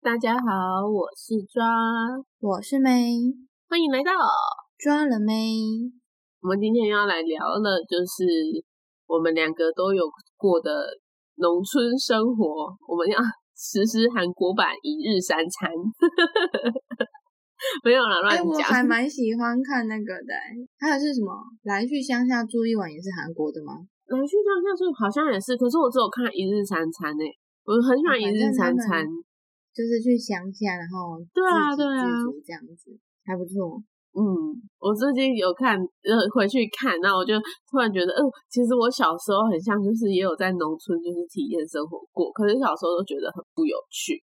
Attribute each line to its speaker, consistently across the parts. Speaker 1: 大家好，我是抓，
Speaker 2: 我是妹，
Speaker 1: 欢迎来到。
Speaker 2: 抓了妹。
Speaker 1: 我们今天要来聊的，就是我们两个都有过的农村生活。我们要 实施韩国版一日三餐， 没有啦，乱
Speaker 2: 哎、我
Speaker 1: 讲。
Speaker 2: 还蛮喜欢看那个的、哎还有是什么？来去乡下住一晚也是韩国的吗？
Speaker 1: 南去上下去好像也是，可是我只有看一日三餐诶、我很喜欢一日三餐
Speaker 2: 反正他。们就是去乡下，然后
Speaker 1: 对啊
Speaker 2: 自
Speaker 1: 对
Speaker 2: 给
Speaker 1: 啊
Speaker 2: 自足这样子，还不错。
Speaker 1: 嗯，我最近有看，呃，回去看，那我就突然觉得，嗯、其实我小时候很像，就是也有在农村，就是体验生活过，可是小时候都觉得很不有趣。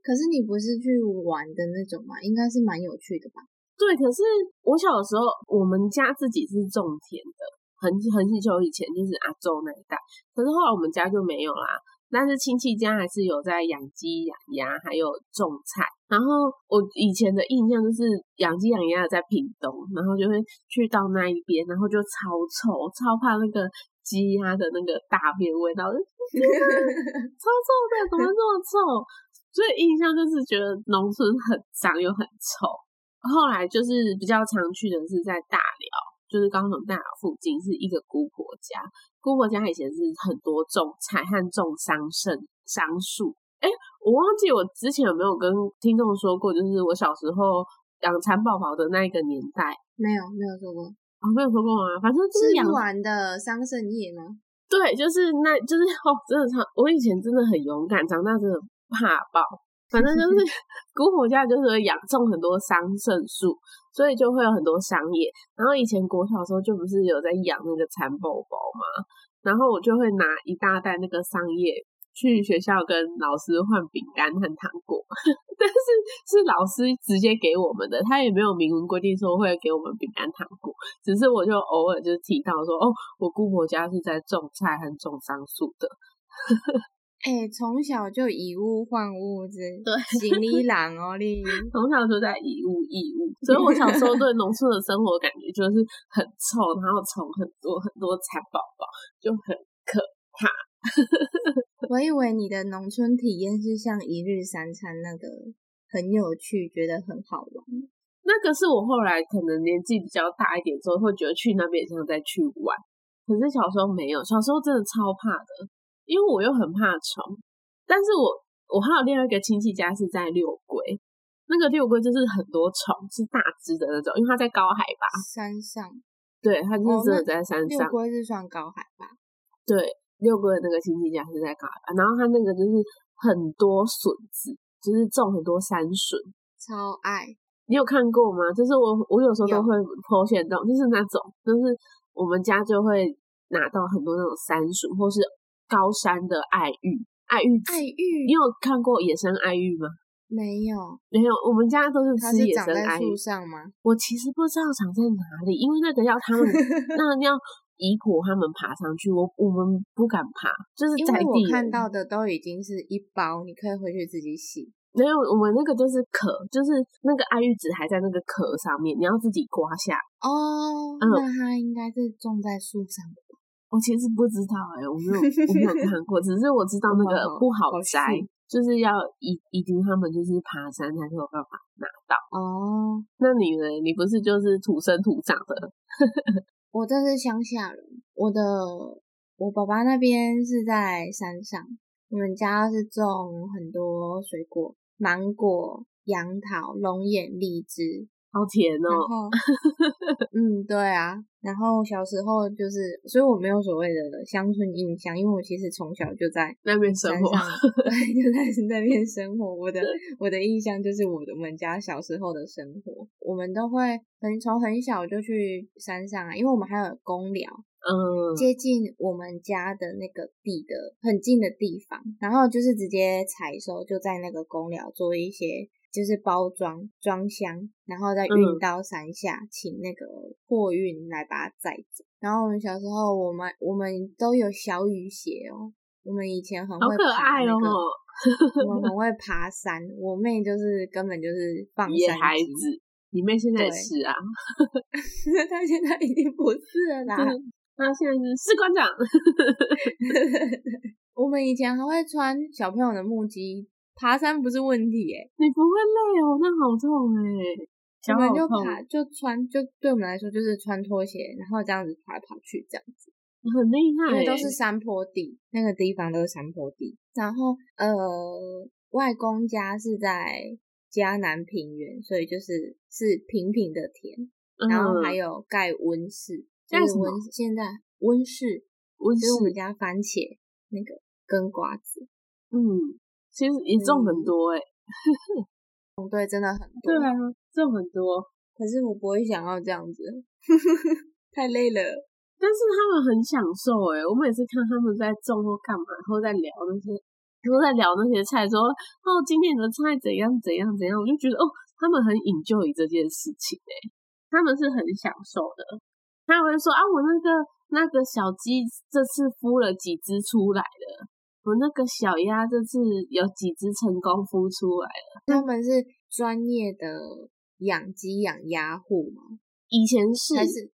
Speaker 2: 可是你不是去玩的那种吗？应该是蛮有趣的吧？
Speaker 1: 对，可是我小时候，我们家自己是种田的，很很久以前就是阿周那一代，可是后来我们家就没有啦。但是亲戚家还是有在养鸡、养鸭，还有种菜。然后我以前的印象就是养鸡、养鸭的在屏东，然后就会去到那一边，然后就超臭，超怕那个鸡鸭的那个大便味道，超臭的，怎么这么臭？所以印象就是觉得农村很脏又很臭。后来就是比较常去的是在大寮，就是高雄大寮附近是一个姑婆家，姑婆家以前是很多种菜和种桑葚、桑树。哎，我忘记我之前有没有跟听众说过，就是我小时候养蚕宝宝的那一个年代，
Speaker 2: 没有没有做过，
Speaker 1: 我、没有说过吗？反正就是
Speaker 2: 吃
Speaker 1: 养
Speaker 2: 不完的桑葚叶吗？
Speaker 1: 对，就是那，就是哦，真的超，我以前真的很勇敢，长大真的怕爆。反正就是 姑婆家就是有养种很多桑葚树，所以就会有很多桑叶。然后以前国小的时候就不是有在养那个蚕宝宝嘛，然后我就会拿一大袋那个桑叶去学校跟老师换饼干和糖果， 但是是老师直接给我们的，他也没有明文规定说会给我们饼干糖果，只是我就偶尔就提到说，哦，我姑婆家是在种菜和种桑树的，
Speaker 2: 哎、从小就以物换物之，
Speaker 1: 对，
Speaker 2: 行李郎哦你。
Speaker 1: 从小就在以物易物，所以我小时候对农村的生活感觉就是很臭，然后虫很多很多蚕宝宝就很可
Speaker 2: 我以为你的农村体验是像一日三餐那个很有趣，觉得很好玩。
Speaker 1: 那个是我后来可能年纪比较大一点之后，会觉得去那边像在去玩。可是小时候没有，小时候真的超怕的，因为我又很怕虫。但是我我还有另外一个亲戚家是在六龟，那个六龟就是很多虫，是大只的那种，因为它在高海拔，
Speaker 2: 山上
Speaker 1: 对，它就
Speaker 2: 哦
Speaker 1: 是真的
Speaker 2: 那
Speaker 1: 在山
Speaker 2: 六
Speaker 1: 啊上。
Speaker 2: 龟是算高海拔，
Speaker 1: 对，六个的那个亲戚家是在高海拔，然后它那个就是很多笋子，就是种很多山笋。
Speaker 2: 超爱。
Speaker 1: 你有看过吗？就是我我有时候都
Speaker 2: 有
Speaker 1: 会剖线洞，就是那种，就是我们家就会拿到很多那种山笋或是高山的爱玉，爱玉籽。
Speaker 2: 爱
Speaker 1: 你
Speaker 2: 玉
Speaker 1: 有看过野生爱玉吗？
Speaker 2: 没有，
Speaker 1: 没有，我们家都是
Speaker 2: 它
Speaker 1: 吃
Speaker 2: 是
Speaker 1: 野
Speaker 2: 长
Speaker 1: 生
Speaker 2: 在
Speaker 1: 爱玉
Speaker 2: 树。上吗？
Speaker 1: 我其实不知道长在哪里，因为那个要 他们，那个要姨婆他们爬上去，我我们不敢爬，就是
Speaker 2: 因
Speaker 1: 在
Speaker 2: 为
Speaker 1: 地
Speaker 2: 我看
Speaker 1: 人
Speaker 2: 到的都已经是一包，你可以回去自己洗。
Speaker 1: 没有，我们那个就是壳，就是那个爱玉籽还在那个壳上面，你要自己刮下
Speaker 2: 哦，
Speaker 1: 嗯
Speaker 2: 那它应该是种在树上的。
Speaker 1: 我其实不知道哎、我没有我没有看过，只是我知道那个不
Speaker 2: 不
Speaker 1: 好
Speaker 2: 好好
Speaker 1: 摘，
Speaker 2: 细
Speaker 1: 就是要一一定他们就是爬山才会有办法拿到。
Speaker 2: 哦，
Speaker 1: 那你呢？你不是就是土生土长的？
Speaker 2: 我这是乡下人，我的我爸爸那边是在山上，我们家是种很多水果，芒果、杨桃、龙眼、荔枝，
Speaker 1: 好甜
Speaker 2: 然
Speaker 1: 哦、
Speaker 2: 后， 嗯，对啊，然后小时候就是，所以我没有所谓的乡村印象，因为我其实从小就在
Speaker 1: 那边生
Speaker 2: 山
Speaker 1: 活
Speaker 2: 上， 对，就在那边生活。我的我的印象就是我的我们家小时候的生活，我们都会很从很小就去山上啊，因为我们还有公寮，
Speaker 1: 嗯，
Speaker 2: 接近我们家的那个地的很近的地方，然后就是直接采收，就在那个公寮做一些就是包装装箱，然后再运
Speaker 1: 嗯
Speaker 2: 到山下，请那个货运来把它载走。然后我们小时候，我们我们都有小雨鞋哦，我们以前很
Speaker 1: 好
Speaker 2: 会
Speaker 1: 可
Speaker 2: 爬、
Speaker 1: 爱
Speaker 2: 那
Speaker 1: 哦、
Speaker 2: 个，我 们很会爬山。我妹就是根本就是放
Speaker 1: 野
Speaker 2: 山
Speaker 1: 孩
Speaker 2: 鸡，
Speaker 1: 子。你妹现在也
Speaker 2: 对
Speaker 1: 是啊，
Speaker 2: 她现在已经不是了啦。
Speaker 1: 对她现在是士官长，
Speaker 2: 我们以前还会穿小朋友的木屐，爬山不是问题耶、
Speaker 1: 你不会累哦、那好痛哎、
Speaker 2: 我
Speaker 1: 脚
Speaker 2: 们
Speaker 1: 好
Speaker 2: 就
Speaker 1: 痛，
Speaker 2: 爬就穿，就对我们来说就是穿拖鞋，然后这样子跑来跑去这样子。
Speaker 1: 很厉害、
Speaker 2: 因为
Speaker 1: 欸，
Speaker 2: 都是山坡地，那个地方都是山坡地。然后呃，外公家是在嘉南平原，所以就是是平平的田，然后还
Speaker 1: 有
Speaker 2: 有盖温室，
Speaker 1: 盖
Speaker 2: 就是
Speaker 1: 什么
Speaker 2: 温现在温室
Speaker 1: 温
Speaker 2: 就是我
Speaker 1: 室
Speaker 2: 们家番茄那个跟瓜子，
Speaker 1: 嗯，其实也种很多哎、
Speaker 2: 嗯，对，真的很多。
Speaker 1: 对啊，种很多，
Speaker 2: 可是我不会想要这样子， 太累了。
Speaker 1: 但是他们很享受哎、我每次看他们在种或干嘛，或在聊那些，都在聊那些菜，说哦今天你的菜怎样怎样怎样，我就觉得哦他们很 enjoy 这件事情哎、他们是很享受的。他们会说啊我那个那个小鸡这次孵了几只出来了，我那个小鸭这次有几只成功孵出来了。
Speaker 2: 他们是专业的养鸡养鸭户吗？
Speaker 1: 以前是
Speaker 2: 还是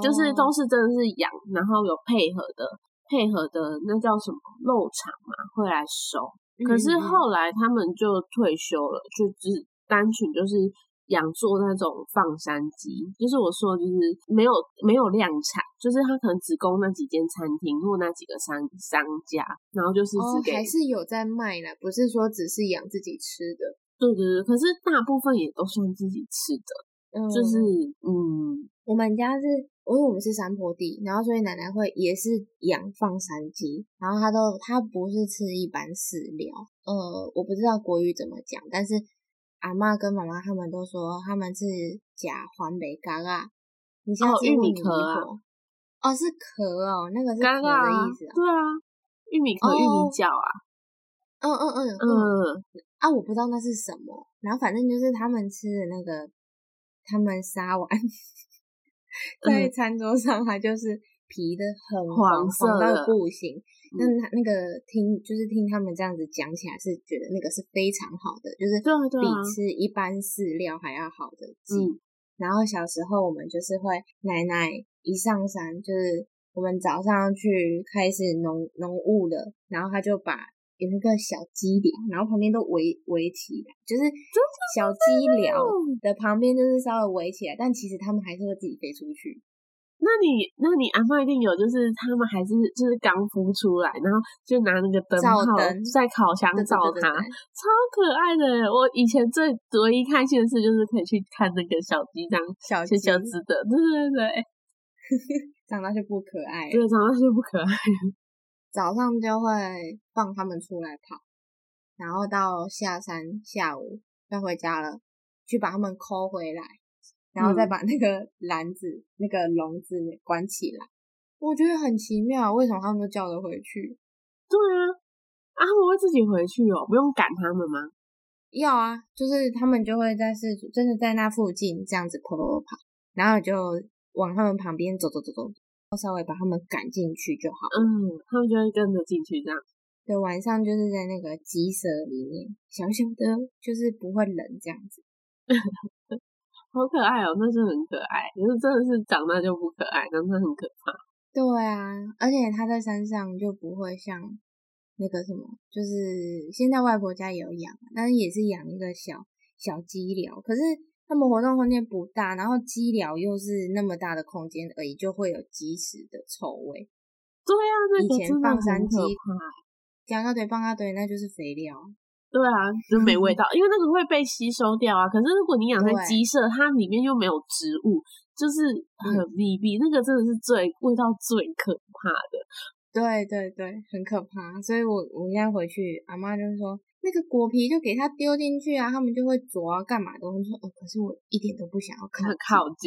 Speaker 1: 就是
Speaker 2: 哦
Speaker 1: 都是真的是养，然后有配合的配合的那叫什么肉场嘛，会来收。可是
Speaker 2: 嗯嗯
Speaker 1: 后来他们就退休了，就只单纯就是养做那种放山鸡，就是我说的就是没有没有量产，就是他可能只供那几间餐厅或那几个商商家，然后就是
Speaker 2: 哦
Speaker 1: 只，给、
Speaker 2: 还是有在卖啦，不是说只是养自己吃的，
Speaker 1: 对对对，可是大部分也都算自己吃的，
Speaker 2: 嗯
Speaker 1: 就是嗯
Speaker 2: 我们家是，因为我们是山坡地，然后所以奶奶会也是养放山鸡，然后她都她不是吃一般饲料，呃，我不知道国语怎么讲，但是阿嬷跟妈妈他们都说他们是假环北嘎嘎，你下
Speaker 1: 哦
Speaker 2: 次
Speaker 1: 玉
Speaker 2: 问
Speaker 1: 米
Speaker 2: 你
Speaker 1: 壳啊
Speaker 2: 婆，哦是壳哦，那个是壳
Speaker 1: 嘎嘎啊
Speaker 2: 的意思啊，
Speaker 1: 对啊，玉米壳、玉
Speaker 2: 哦
Speaker 1: 米角啊，
Speaker 2: 嗯嗯嗯嗯，
Speaker 1: 嗯。
Speaker 2: 啊，我不知道那是什么，然后反正就是他们吃的那个，他们杀完在
Speaker 1: 嗯
Speaker 2: 餐桌上，它就是皮的很
Speaker 1: 黄色
Speaker 2: 黄到
Speaker 1: 的
Speaker 2: 不行。那
Speaker 1: 嗯
Speaker 2: 他那个听就是听他们这样子讲起来，是觉得那个是非常好的，就是
Speaker 1: 对啊对
Speaker 2: 比
Speaker 1: 啊
Speaker 2: 吃一般饲料还要好的鸡。
Speaker 1: 嗯
Speaker 2: 然后小时候我们就是会奶奶一上山，就是我们早上去开始农农务了，然后他就把有一个小鸡寮，然后旁边都围围起来，就是小鸡寮
Speaker 1: 哦
Speaker 2: 的旁边就是稍微围起来，但其实他们还是会自己飞出去。
Speaker 1: 那你那你阿妈一定有，就是他们还是就是刚孵出来，然后就拿那个灯
Speaker 2: 照
Speaker 1: 泡
Speaker 2: 灯
Speaker 1: 在烤箱
Speaker 2: 对对
Speaker 1: 照
Speaker 2: 对
Speaker 1: 它，
Speaker 2: 对对
Speaker 1: 超可爱的耶。我以前最唯一开心的事就是可以去看那个小鸡这样
Speaker 2: 小
Speaker 1: 小
Speaker 2: 鸡
Speaker 1: 小只的，对对对
Speaker 2: 长大就不可爱
Speaker 1: 对，
Speaker 2: 了，
Speaker 1: 对，长大就不可爱。
Speaker 2: 早上就会放他们出来跑，然后到下山下午要回家了，去把他们抠回来，然后再
Speaker 1: 嗯
Speaker 2: 把那个篮子、那个笼子关起来。我觉得很奇妙，为什么他们都叫得回去？
Speaker 1: 对啊，啊，他们会自己回去哦，不用赶他们吗？
Speaker 2: 要啊，就是他们就会在市真的在那附近这样子跑跑跑跑，然后就往他们旁边走走走走，稍微把他们赶进去就好。
Speaker 1: 嗯，他们就会跟着进去这样。
Speaker 2: 对，晚上就是在那个鸡舍里面，小小的，就是不会冷这样子。
Speaker 1: 好可爱哦，那真的很可爱，可是真的是长大就不可爱，真的很可怕。
Speaker 2: 对啊，而且它在山上就不会像那个什么，就是现在外婆家也有养，但是也是养一个小小鸡寮，可是他们活动空间不大，然后鸡寮又是那么大的空间而已，就会有鸡屎的臭味。
Speaker 1: 对啊，那
Speaker 2: 以
Speaker 1: 个
Speaker 2: 前
Speaker 1: 真的
Speaker 2: 放
Speaker 1: 很
Speaker 2: 山
Speaker 1: 可
Speaker 2: 鸡
Speaker 1: 怕。
Speaker 2: 讲到对，放到对，那就是肥料。
Speaker 1: 对啊，就没味道，因为那个会被吸收掉啊。可是如果你养在
Speaker 2: 对
Speaker 1: 鸡舍，它里面又没有植物，就是很密闭，那个真的是最味道最可怕的。
Speaker 2: 对对对，很可怕。所以我我现在回去，阿妈就说那个果皮就给它丢进去啊，他们就会啄啊，干嘛的。我就说，哦，可是我一点都不想要靠
Speaker 1: 很
Speaker 2: 近。
Speaker 1: 靠近，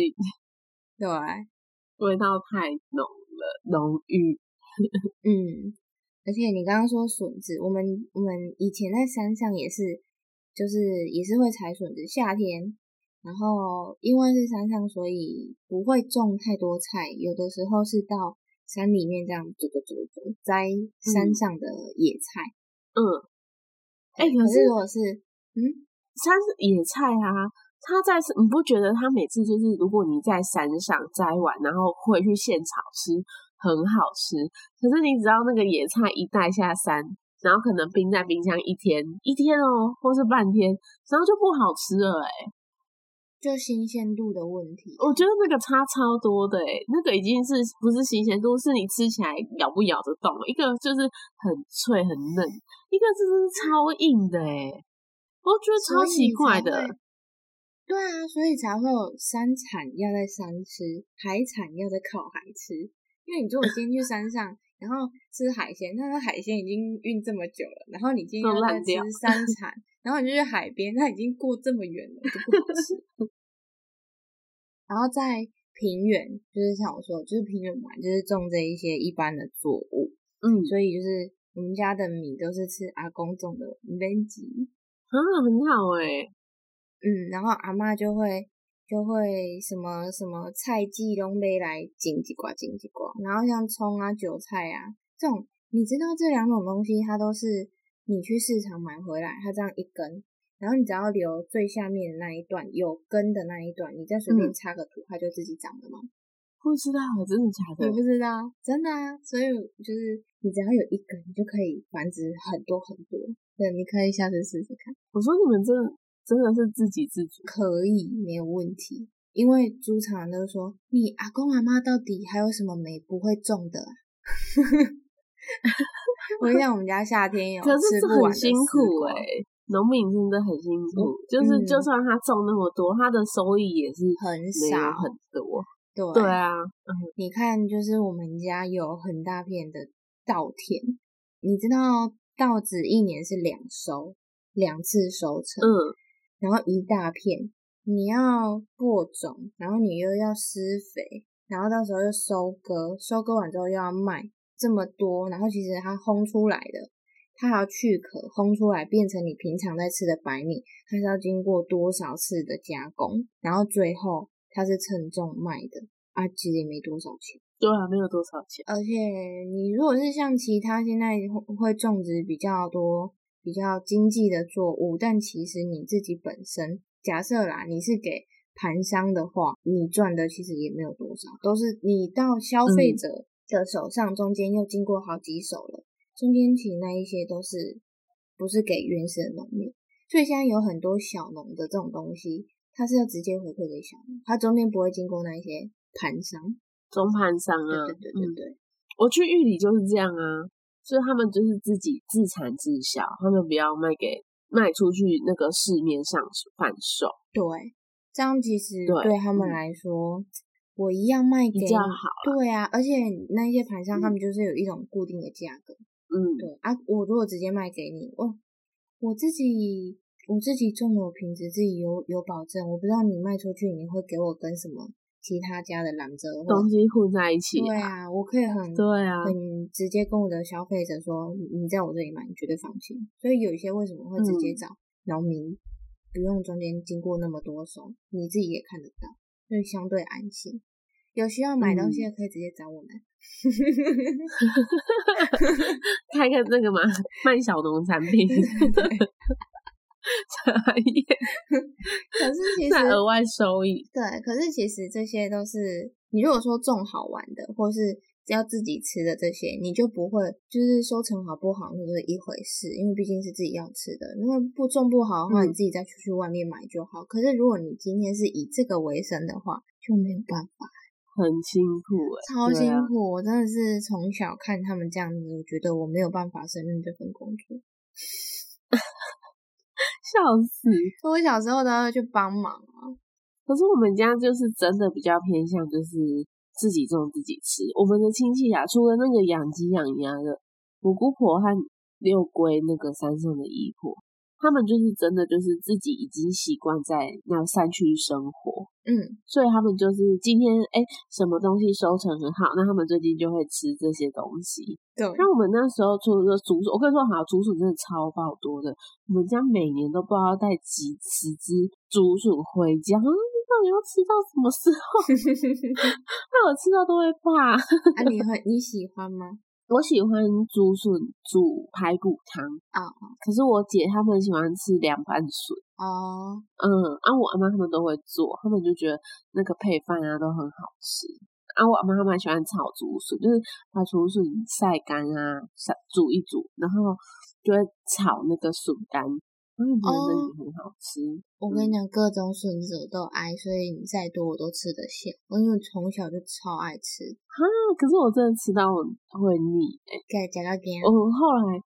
Speaker 2: 对，
Speaker 1: 味道太浓了，浓郁。
Speaker 2: 嗯，而且你刚刚说笋子，我们我们以前在山上也是，就是也是会采笋子，夏天。然后因为是山上，所以不会种太多菜，有的时候是到山里面这样走走走走摘山上的野菜。
Speaker 1: 嗯，哎、
Speaker 2: 对
Speaker 1: 可
Speaker 2: 可
Speaker 1: 是
Speaker 2: 如果是嗯，
Speaker 1: 它是野菜啊，它在你不觉得它每次就是如果你在山上摘完，然后回去现炒吃，很好吃。可是你只要那个野菜一带下山，然后可能冰在冰箱一天一天哦，或是半天，然后就不好吃了哎、
Speaker 2: 就新鲜度的问题。
Speaker 1: 我觉得那个差超多的哎、那个已经是不是新鲜度，是你吃起来咬不咬得动。一个就是很脆很嫩，一个就是超硬的哎、我觉得超
Speaker 2: 所以
Speaker 1: 奇
Speaker 2: 才
Speaker 1: 怪的。
Speaker 2: 会对啊，所以才会有山产要在山吃，海产要在靠海吃。因为你如果今天去山上，然后吃海鲜，那那海鲜已经运这么久了，然后你今天
Speaker 1: 都
Speaker 2: 要再
Speaker 1: 烂
Speaker 2: 吃
Speaker 1: 掉
Speaker 2: 山产，然后你就去海边，那已经过这么远了， 就不好吃。然后在平原，就是像我说的，就是平原嘛，就是种这一些一般的作物，
Speaker 1: 嗯
Speaker 2: 所以就是我们家的米都是吃阿公种的米吉。
Speaker 1: 啊，很好哎、
Speaker 2: 嗯，然后阿嬷就会就会什么什么菜季拢买来紧几瓜紧几瓜，然后像葱啊、韭菜啊这种，你知道这两种东西，它都是你去市场买回来，它这样一根，然后你只要留最下面的那一段有根的那一段，你再随便
Speaker 1: 嗯
Speaker 2: 插个土，它就自己长了嘛。
Speaker 1: 不知道
Speaker 2: 啊
Speaker 1: 真的假的？
Speaker 2: 你不知道，真的啊，所以就是你只要有一根，你就可以繁殖很多很多。对，你可以下次试试看。
Speaker 1: 我说你们真的真的是自给自足，
Speaker 2: 可以，没有问题。因为猪场都说，你阿公阿妈到底还有什么没不会种的、啊？ 我跟你讲，我们家夏天有
Speaker 1: 可是
Speaker 2: 吃
Speaker 1: 这
Speaker 2: 不完
Speaker 1: 很
Speaker 2: 的
Speaker 1: 辛
Speaker 2: 丝
Speaker 1: 苦
Speaker 2: 瓜
Speaker 1: 哎、农民真的很辛苦，就是就
Speaker 2: 嗯
Speaker 1: 算他种那么多，他的收益也是
Speaker 2: 很
Speaker 1: 没有
Speaker 2: 少，
Speaker 1: 很多。
Speaker 2: 对
Speaker 1: 对啊，
Speaker 2: 你看，就是我们家有很大片的稻田，你知道稻子一年是两收，两次收成，
Speaker 1: 嗯，
Speaker 2: 然后一大片，你要播种，然后你又要施肥，然后到时候又收割，收割完之后又要卖，这么多，然后其实它烘出来的，它还要去壳，烘出来变成你平常在吃的白米，它是要经过多少次的加工，然后最后它是称重卖的，啊，其实也没多少钱。
Speaker 1: 对啊，没有多少钱。
Speaker 2: 而且你如果是像其他现在会会种植比较多、比较经济的作物，但其实你自己本身，假设啦，你是给盘商的话，你赚的其实也没有多少，都是你到消费
Speaker 1: 嗯
Speaker 2: 者的手上，中间又经过好几手了，中间其实那一些都是不是给原始的农民，所以现在有很多小农的这种东西，它是要直接回馈给小农，它中间不会经过那一些盘商，
Speaker 1: 中盘商
Speaker 2: 对
Speaker 1: 啊，
Speaker 2: 对对对
Speaker 1: 嗯，
Speaker 2: 对。
Speaker 1: 我去玉里就是这样啊，所以他们就是自己自产自销，他们不要卖给卖出去那个市面上贩售
Speaker 2: 对，这样其实
Speaker 1: 对
Speaker 2: 对他们
Speaker 1: 嗯
Speaker 2: 来说，我一样卖给
Speaker 1: 比
Speaker 2: 你
Speaker 1: 较。好。
Speaker 2: 对啊，而且那一些盘商他们就是有一种固定的价格。
Speaker 1: 嗯，
Speaker 2: 对啊，我如果直接卖给你，哦，我自己我自己种的，我品质自己有有保证。我不知道你卖出去你会给我跟什么其他家的揽折或
Speaker 1: 东西混在一起
Speaker 2: 对
Speaker 1: 啊，
Speaker 2: 啊，我可以很
Speaker 1: 对啊，
Speaker 2: 很嗯直接跟我的消费者说，你你在我这里买，你绝对放心。所以有一些为什么会直接
Speaker 1: 嗯
Speaker 2: 找农民，不用中间经过那么多手，你自己也看得到，所以相对安心。有需要买东西的可以直接找我们。
Speaker 1: 开个那个嘛，卖小农产品 产业，
Speaker 2: 可是其实
Speaker 1: 再额外收益。
Speaker 2: 对，可是其实这些都是你如果说种好玩的，或是要自己吃的这些，你就不会就是收成好不好那是一回事，因为毕竟是自己要吃的。如果不种不好的话，
Speaker 1: 嗯
Speaker 2: 你自己再出去外面买就好。可是如果你今天是以这个为生的话，就没有办法，
Speaker 1: 很辛苦哎、
Speaker 2: 超
Speaker 1: 对
Speaker 2: 辛
Speaker 1: 啊
Speaker 2: 苦。我真的是从小看他们这样子，我觉得我没有办法胜任这份工作。
Speaker 1: 笑死！
Speaker 2: 所以我小时候都要去帮忙啊，
Speaker 1: 可是我们家就是真的比较偏向就是自己种自己吃。我们的亲戚啊，除了那个养鸡养鸭的，我姑婆和六龟那个山上的姨婆，他们就是真的就是自己已经习惯在那山区生活，
Speaker 2: 嗯，
Speaker 1: 所以他们就是今天哎、什么东西收成很好，那他们最近就会吃这些东西。
Speaker 2: 对，
Speaker 1: 那我们那时候除了竹笋，我跟你说好，竹笋真的超爆多的，我们家每年都不知道带几十只竹笋回家，啊到底要吃到什么时候？那我吃到都会怕。
Speaker 2: 啊，你会你喜欢吗？
Speaker 1: 我喜欢竹笋煮排骨汤
Speaker 2: 啊
Speaker 1: 可是我姐她们喜欢吃凉拌笋。
Speaker 2: 哦，
Speaker 1: 嗯，啊，我阿妈他们都会做，他们就觉得那个配饭啊都很好吃。啊，我阿妈他们还喜欢炒竹笋，就是把竹笋晒干啊，晒煮一煮，然后就会炒那个笋干，然后觉得那里很好吃。
Speaker 2: 我跟你讲，各种笋子我都爱，所以你再多我都吃得下。我因为从小就超爱吃，
Speaker 1: 啊，可是我真的吃到我会腻哎、
Speaker 2: 给加到给
Speaker 1: 我后
Speaker 2: 哎
Speaker 1: 来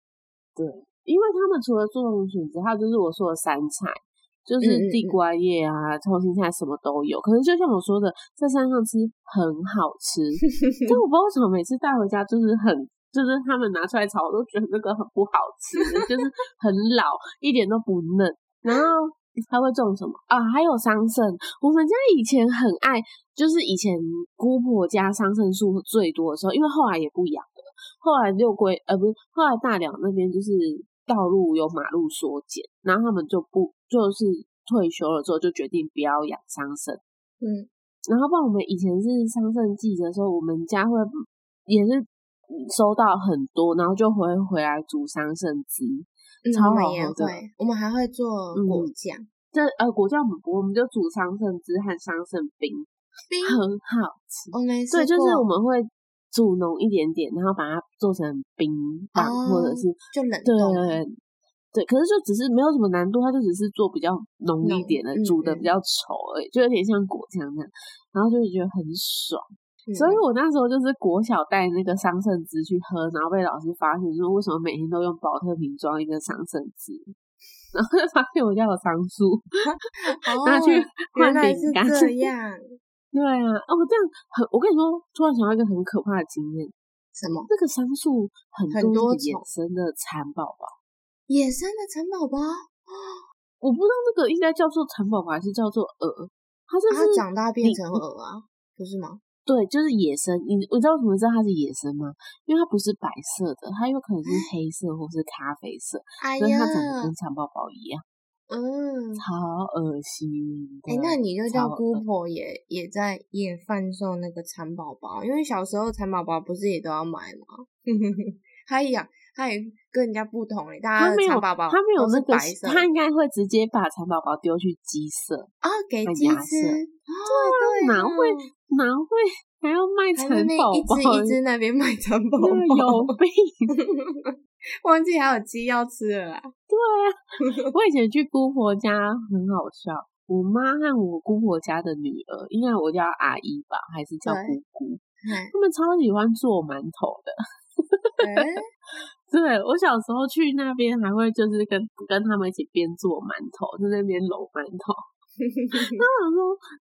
Speaker 1: 对，因为他们除了做那种笋子，还有就是我说的山菜，就
Speaker 2: 嗯嗯
Speaker 1: 是
Speaker 2: 嗯
Speaker 1: 地瓜叶啊、透心菜什么都有。可是就像我说的，在山上吃很好 吃，但我不知道为什么每次带回家就是很。就是他们拿出来炒，我都觉得那个很不好吃，就是很老，一点都不嫩。然后还会种什么啊？还有桑葚，我们家以前很爱，就是以前姑婆家桑葚树最多的时候，因为后来也不养了，后来六龟呃不是，后来大寮那边就是道路有马路缩减，然后他们就不就是退休了之后就决定不要养桑葚，
Speaker 2: 嗯，
Speaker 1: 然后，不然我们以前是上圣季的时候，我们家会也是收到很多，然后就回回来煮桑葚汁。
Speaker 2: 嗯
Speaker 1: 超
Speaker 2: 我们
Speaker 1: 好
Speaker 2: 也
Speaker 1: 喝的
Speaker 2: 会，我们还会做
Speaker 1: 嗯
Speaker 2: 果酱、
Speaker 1: 这呃，果酱我们不我们就煮桑葚汁和桑葚冰，
Speaker 2: 冰，
Speaker 1: 很好吃。
Speaker 2: 我没吃
Speaker 1: 对，就是我
Speaker 2: 过
Speaker 1: 们会煮浓一点点，然后把它做成冰棒，或者
Speaker 2: 哦
Speaker 1: 是
Speaker 2: 就冷
Speaker 1: 对
Speaker 2: 冻，
Speaker 1: 对，可是就只是没有什么难度，它就只是做比较浓一点的
Speaker 2: 浓嗯，
Speaker 1: 煮的
Speaker 2: 嗯
Speaker 1: 比较稠而已，就有点像果酱那样，然后就会觉得很爽。
Speaker 2: 嗯
Speaker 1: 所以我那时候就是国小带那个桑葚汁去喝，然后被老师发现说为什么每天都用保特瓶装一个桑葚汁，然后就发现我家有桑树，拿去
Speaker 2: 哦
Speaker 1: 换
Speaker 2: 原来
Speaker 1: 饼
Speaker 2: 是
Speaker 1: 干
Speaker 2: 这样，
Speaker 1: 对啊，哦，这样很，我跟你说，突然想到一个很可怕的经验，
Speaker 2: 什么
Speaker 1: 那个桑树很
Speaker 2: 很
Speaker 1: 多
Speaker 2: 多
Speaker 1: 是野
Speaker 2: 种
Speaker 1: 生的蚕宝宝，
Speaker 2: 野生的蚕宝宝，
Speaker 1: 我不知道那个应该叫做蚕宝宝还是叫做蛾，它就
Speaker 2: 啊它
Speaker 1: 是、
Speaker 2: 长大变成蛾啊，不是吗？
Speaker 1: 对，就是野生。你我知道为什么知道它是野生吗？因为它不是白色的，它有可能是黑色或是咖啡色，
Speaker 2: 嗯哎
Speaker 1: 所以
Speaker 2: 呀
Speaker 1: 它，长得跟蚕宝宝一样，
Speaker 2: 嗯，
Speaker 1: 好恶心的。
Speaker 2: 哎、那你就
Speaker 1: 超
Speaker 2: 叫
Speaker 1: 恶
Speaker 2: 姑婆也也在也贩售那个蚕宝宝，因为小时候蚕宝宝不是也都要买吗？ 他养他也跟人家不同哎，大家
Speaker 1: 它
Speaker 2: 的
Speaker 1: 没有，
Speaker 2: 蚕宝宝
Speaker 1: 它没有
Speaker 2: 都
Speaker 1: 那
Speaker 2: 是
Speaker 1: 个
Speaker 2: 白，色
Speaker 1: 它应该会直接把蚕宝宝丢去鸡舍，
Speaker 2: 啊，给
Speaker 1: 很
Speaker 2: 鸡
Speaker 1: 牙
Speaker 2: 吃
Speaker 1: 色
Speaker 2: 啊，对
Speaker 1: 哪会
Speaker 2: 哦
Speaker 1: 哪会还要卖
Speaker 2: 还
Speaker 1: 蚕
Speaker 2: 在那边
Speaker 1: 宝
Speaker 2: 一
Speaker 1: 宝？
Speaker 2: 只 一只那边卖 蚕宝
Speaker 1: 那个有
Speaker 2: 宝，
Speaker 1: 病！
Speaker 2: 忘记还有鸡要吃了 啦。
Speaker 1: 我以前去姑婆家很好笑，我妈和我姑婆家的女儿，应该我叫阿姨吧，还是叫
Speaker 2: 对
Speaker 1: 姑姑？
Speaker 2: 哎
Speaker 1: 他们超喜欢做馒头的。
Speaker 2: 哎
Speaker 1: 对我小时候去那边，还会就是跟跟他们一起边做馒头，在那边揉馒头。我想说，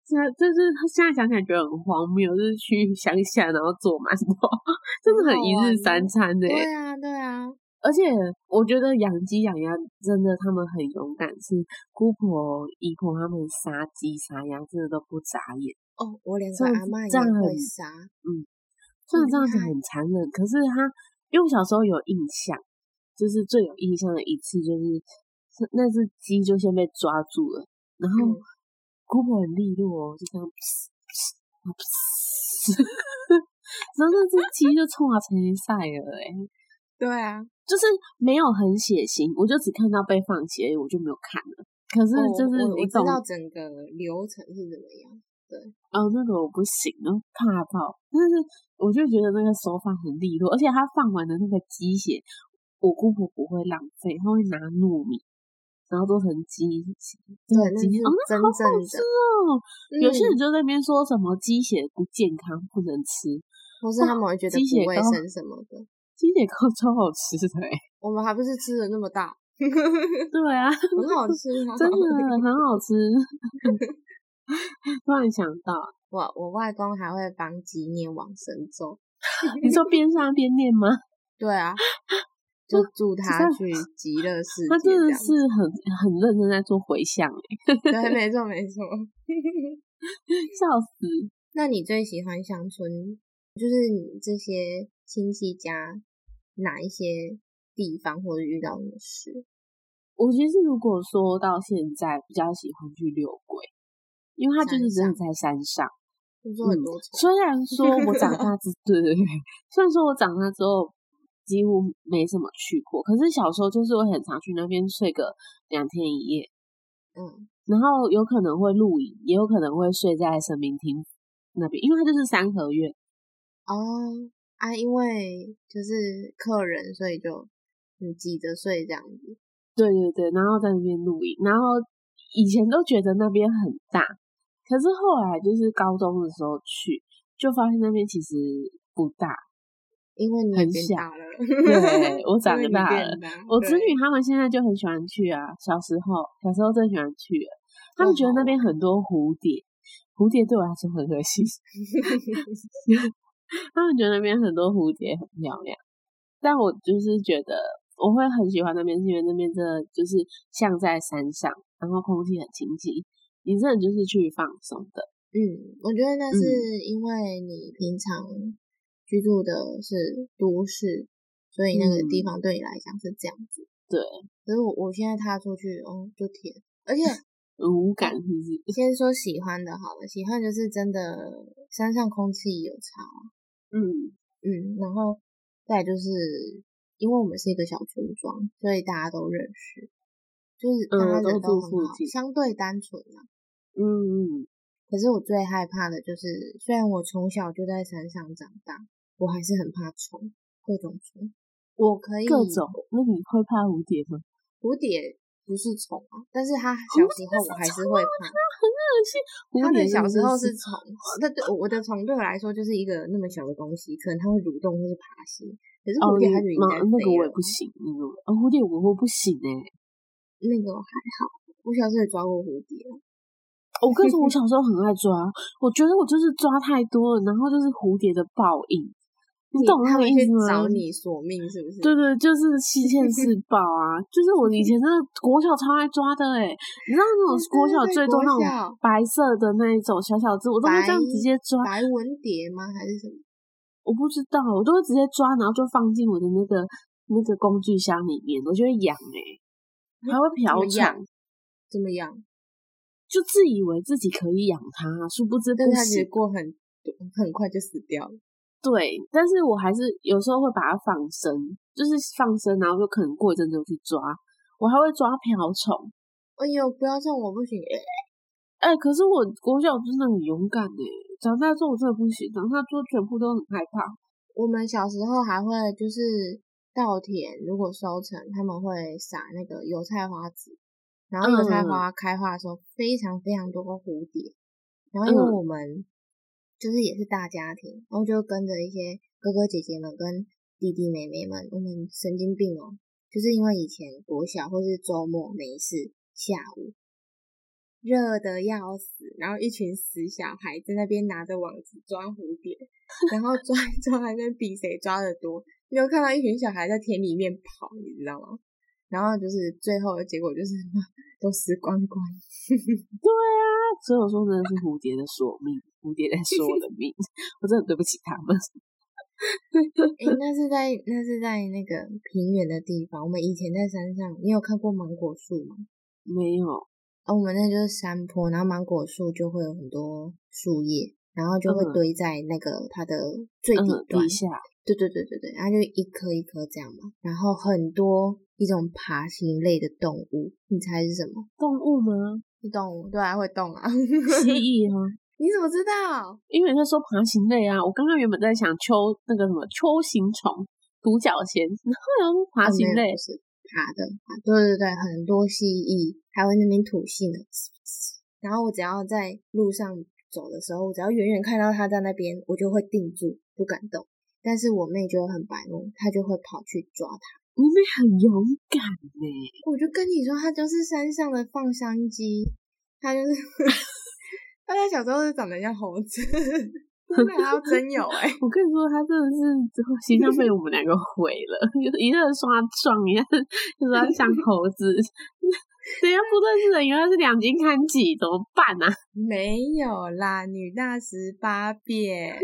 Speaker 1: 现在就是现在想起来觉得很荒谬，就是去乡下然后做馒头， 真的很一日三餐欸的、
Speaker 2: 对啊对啊，
Speaker 1: 而且我觉得养鸡养鸭真的他们很勇敢，是姑婆姨婆他们杀鸡杀鸭真的都不眨眼，
Speaker 2: 哦，我连
Speaker 1: 这
Speaker 2: 个
Speaker 1: 样
Speaker 2: 阿
Speaker 1: 子
Speaker 2: 嬷
Speaker 1: 这样欸
Speaker 2: 也会
Speaker 1: 很
Speaker 2: 杀，
Speaker 1: 虽然
Speaker 2: 很
Speaker 1: 这样
Speaker 2: 厉
Speaker 1: 子
Speaker 2: 害
Speaker 1: 很残忍，可是他因为我小时候有印象，就是最有印象的一次就是是那只鸡就先被抓住了，然后
Speaker 2: 嗯
Speaker 1: 姑婆很利落哦，就这样然后那只鸡就冲啊成赛了哎、
Speaker 2: 对啊，
Speaker 1: 就是没有很血腥，我就只看到被放血，我就没有看了。可是
Speaker 2: 哦
Speaker 1: 就是
Speaker 2: 我我
Speaker 1: 你
Speaker 2: 知
Speaker 1: 懂，
Speaker 2: 道整个流程是怎么样。
Speaker 1: 哦，那个我不行，我怕爆。但是我就觉得那个手法很利落，而且他放完的那个鸡血，我姑婆不会浪费，她会拿糯米，然后做成鸡血，
Speaker 2: 对
Speaker 1: 做成
Speaker 2: 那
Speaker 1: 鸡血
Speaker 2: 是
Speaker 1: 哦，那
Speaker 2: 真
Speaker 1: 好
Speaker 2: 正
Speaker 1: 好
Speaker 2: 的
Speaker 1: 吃哦。有些
Speaker 2: 嗯
Speaker 1: 人就在那边说什么鸡血不健康，不能吃，
Speaker 2: 或是
Speaker 1: 哇
Speaker 2: 他们会觉得
Speaker 1: 鸡血
Speaker 2: 不卫
Speaker 1: 糕
Speaker 2: 生什么的，
Speaker 1: 鸡血糕 超好吃的、欸。
Speaker 2: 我们还不是吃的那么 大，
Speaker 1: 对啊，
Speaker 2: 很好吃啊！
Speaker 1: 真 的很好吃。突然想 到，
Speaker 2: 我我外公还会帮鸡念往生咒，
Speaker 1: 你说边杀边念吗？
Speaker 2: 对啊，就祝他
Speaker 1: 这
Speaker 2: 去极乐世
Speaker 1: 他
Speaker 2: 界
Speaker 1: 真
Speaker 2: 这
Speaker 1: 的
Speaker 2: 样
Speaker 1: 是。很很认真在做回向欸诶，
Speaker 2: 对，没错没错。
Speaker 1: 笑死！
Speaker 2: 那你最喜欢乡村，就是你这些亲戚家哪一些地方或者遇到什么事？
Speaker 1: 我其实如果说到现在，比较喜欢去六龟，因为它就是真
Speaker 2: 山
Speaker 1: 的
Speaker 2: 上
Speaker 1: 在山上。
Speaker 2: 工作
Speaker 1: 嗯
Speaker 2: 很多层，
Speaker 1: 虽然说我长大 之，对对对，虽然说我长大之后几乎没怎么去过，可是小时候就是会很常去那边睡个两天一夜，
Speaker 2: 嗯，
Speaker 1: 然后有可能会露营，也有可能会睡在神明厅那边，因为它就是三合院。
Speaker 2: 哦啊，因为就是客人，所以就你挤着睡这样子，
Speaker 1: 对对对，然后在那边露营，然后以前都觉得那边很大，可是后来就是高中的时候去，就发现那边其实不 大。
Speaker 2: 因为你
Speaker 1: 很
Speaker 2: 变
Speaker 1: 小
Speaker 2: 大了，
Speaker 1: 对我长
Speaker 2: 因为你
Speaker 1: 大
Speaker 2: 变
Speaker 1: 了
Speaker 2: 大
Speaker 1: 我侄
Speaker 2: 对
Speaker 1: 女他们现在就很喜欢去啊，小时候小时候最喜欢去了，他们觉得那边很多蝴蝶，蝴蝶对我来说很恶 心，他们觉得那边很多蝴蝶很漂亮，但我就是觉得我会很喜欢那边，是因为那边真的就是像在山上，然后空气很清新，你真的就是去放松的。
Speaker 2: 嗯，我觉得那
Speaker 1: 嗯
Speaker 2: 是因为你平常居住的是都市，所以那个地
Speaker 1: 嗯
Speaker 2: 方对你来讲是这样子。
Speaker 1: 对，
Speaker 2: 可是我我现在踏出去，哦，就铁，而 且
Speaker 1: 无感是不是？
Speaker 2: 先说喜欢的好了，喜欢就是真的山上空气有差，
Speaker 1: 嗯，
Speaker 2: 嗯，然后再来就是因为我们是一个小村庄，所以大家都认识，就是大家
Speaker 1: 嗯都
Speaker 2: 人
Speaker 1: 住
Speaker 2: 很
Speaker 1: 附
Speaker 2: 好，
Speaker 1: 近
Speaker 2: 相对单纯啊。
Speaker 1: 嗯嗯，
Speaker 2: 可是我最害怕的就是，虽然我从小就在山上长大，我还是很怕虫，各种虫。我可以
Speaker 1: 各种。那你会怕蝴蝶吗？
Speaker 2: 蝴蝶不是虫啊，但是它小时候我还是会怕。
Speaker 1: 恶心。
Speaker 2: 它
Speaker 1: 蝴啊蝶
Speaker 2: 的小时候
Speaker 1: 是
Speaker 2: 是虫， 那对我的虫对我来说就是一个那么小的东西，可能它会蠕动或是爬行。可是
Speaker 1: 哦，
Speaker 2: 蝴
Speaker 1: 你
Speaker 2: 蝶它就已经
Speaker 1: 妈
Speaker 2: 在
Speaker 1: 那个
Speaker 2: 飞
Speaker 1: 我也
Speaker 2: 了
Speaker 1: 不行，那个我哦蝴蝶我我不行哎、
Speaker 2: 那个我还好，我小时候也抓过蝴蝶，
Speaker 1: 我跟你 说，我小时候很爱抓，我觉得我就是抓太多了，然后就是蝴蝶的报应，你懂那
Speaker 2: 他
Speaker 1: 个
Speaker 2: 们
Speaker 1: 意
Speaker 2: 去
Speaker 1: 思吗？
Speaker 2: 找你索命是不是？
Speaker 1: 对啊对，就是西线 市报啊，就是我以前真的国小超爱抓的哎、你知道那种
Speaker 2: 真的
Speaker 1: 国小
Speaker 2: 在
Speaker 1: 最多
Speaker 2: 国
Speaker 1: 那种
Speaker 2: 小
Speaker 1: 白色的那一种小小只，我都会这样直接抓，
Speaker 2: 白纹蝶吗？还是什么？
Speaker 1: 我不知道，我都会直接抓，然后就放进我的那个那个工具箱里面，我就会痒哎、还会
Speaker 2: 怎
Speaker 1: 瓢
Speaker 2: 么
Speaker 1: 虫
Speaker 2: 样，？怎么样？
Speaker 1: 就自以为自己可以养它，殊不知不
Speaker 2: 但是它其实
Speaker 1: 行。
Speaker 2: 过很很快就死掉了。
Speaker 1: 对，但是我还是有时候会把它放生，就是放生，然后就可能过一阵子就去抓。我还会抓瓢虫，
Speaker 2: 哎呦，不要这样，我不行。
Speaker 1: 哎、可是我国小真的很勇敢哎、长大之后我真的不行，长大之后全部都很害怕。
Speaker 2: 我们小时候还会就是稻田，如果收成，他们会撒那个油菜花籽，然后油菜
Speaker 1: 嗯
Speaker 2: 花开花的时候，非常非常多蝴蝶。然后因为
Speaker 1: 嗯
Speaker 2: 我们就是也是大家庭，然后就跟着一些哥哥姐姐们跟弟弟妹妹们，我们神经病哦，就是因为以前国小或是周末没事下午。热的要死，然后一群死小孩在那边拿着网子抓蝴蝶，然后抓 一抓还跟比谁抓的多。你有看到一群小孩在田里面跑，你知道吗？然后就是最后的结果就是 什么都死光光。
Speaker 1: 对啊，所以我说真的是蝴蝶的索命，蝴蝶在索我的命， 我真的很对不起他们。
Speaker 2: 诶、那是在那是在那个平原的地方。我们以前在山上，你有看过芒果树吗？
Speaker 1: 没有，
Speaker 2: 哦，我们那就是山坡，然后芒果树就会有很多树叶，然后就会
Speaker 1: 嗯
Speaker 2: 堆在那个它的最
Speaker 1: 嗯
Speaker 2: 底，端。
Speaker 1: 地下，
Speaker 2: 对对对对对，它就一颗一颗这样嘛。然后很多一种爬行类的动物，你猜是什么？
Speaker 1: 动物吗？
Speaker 2: 是动物，对啊，会动啊。
Speaker 1: 蜥蜴吗？
Speaker 2: 你怎么知道？
Speaker 1: 因为他说爬行类啊，我刚刚原本在想秋那个什么秋行虫、独角仙，然后然后爬行
Speaker 2: 哦没有
Speaker 1: 类
Speaker 2: 不，是爬的，爬对对对，很多蜥蜴还会那边吐信的。然后我只要在路上走的时候，我只要远远看到它在那边，我就会定住，不敢动。但是我妹就会很白目，她就会跑去抓它。
Speaker 1: 你们很勇敢呢、
Speaker 2: 我就跟你说，它就是山上的放山鸡，它就是。 大家小时候是长得像猴子， 真的还要真有哎、
Speaker 1: 我跟你说，他真的是形象被我们两个毁了， 就是一个人说他壮，一个人就说他像猴子。 等一下不认识的，原来是两斤看几，怎么办啊？
Speaker 2: 没有啦，女大十八 变。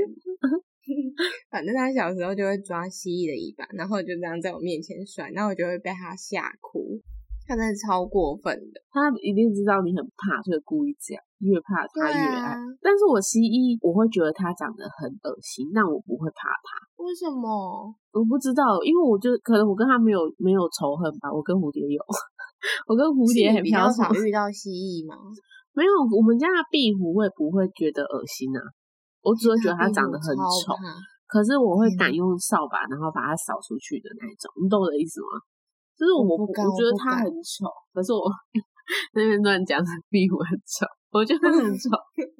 Speaker 2: 反正他小时候就会抓蜥蜴的尾巴，然后就这样在我面前甩，然后我就会被他吓哭。他真的超过分的，
Speaker 1: 他一定知道你很怕，所以故意这样。越怕它
Speaker 2: 对
Speaker 1: 越爱。
Speaker 2: 啊，
Speaker 1: 但是我蜥蜴，我会觉得它长得很恶心，但我不会怕它。
Speaker 2: 为什么？
Speaker 1: 我不知道，因为我就可能我跟它没有没有仇恨吧，我跟蝴蝶有， 我跟蝴蝶很
Speaker 2: 是你比
Speaker 1: 飘
Speaker 2: 较
Speaker 1: 爽
Speaker 2: 少。遇到蜥蜴吗？
Speaker 1: 没有，我们家的壁虎我也不会觉得恶心啊，我只会觉得它
Speaker 2: 壁
Speaker 1: 长得
Speaker 2: 虎
Speaker 1: 很
Speaker 2: 超
Speaker 1: 丑，
Speaker 2: 怕嗯
Speaker 1: 可是我会
Speaker 2: 天
Speaker 1: 敢用扫把然后把它扫出去的那一种，你懂我的意思吗？就是
Speaker 2: 我
Speaker 1: 我
Speaker 2: 不
Speaker 1: 不
Speaker 2: 敢
Speaker 1: 我
Speaker 2: 我
Speaker 1: 觉得
Speaker 2: 不
Speaker 1: 它
Speaker 2: 敢
Speaker 1: 很丑，可是我 那边乱讲壁虎很丑，我觉得它很丑，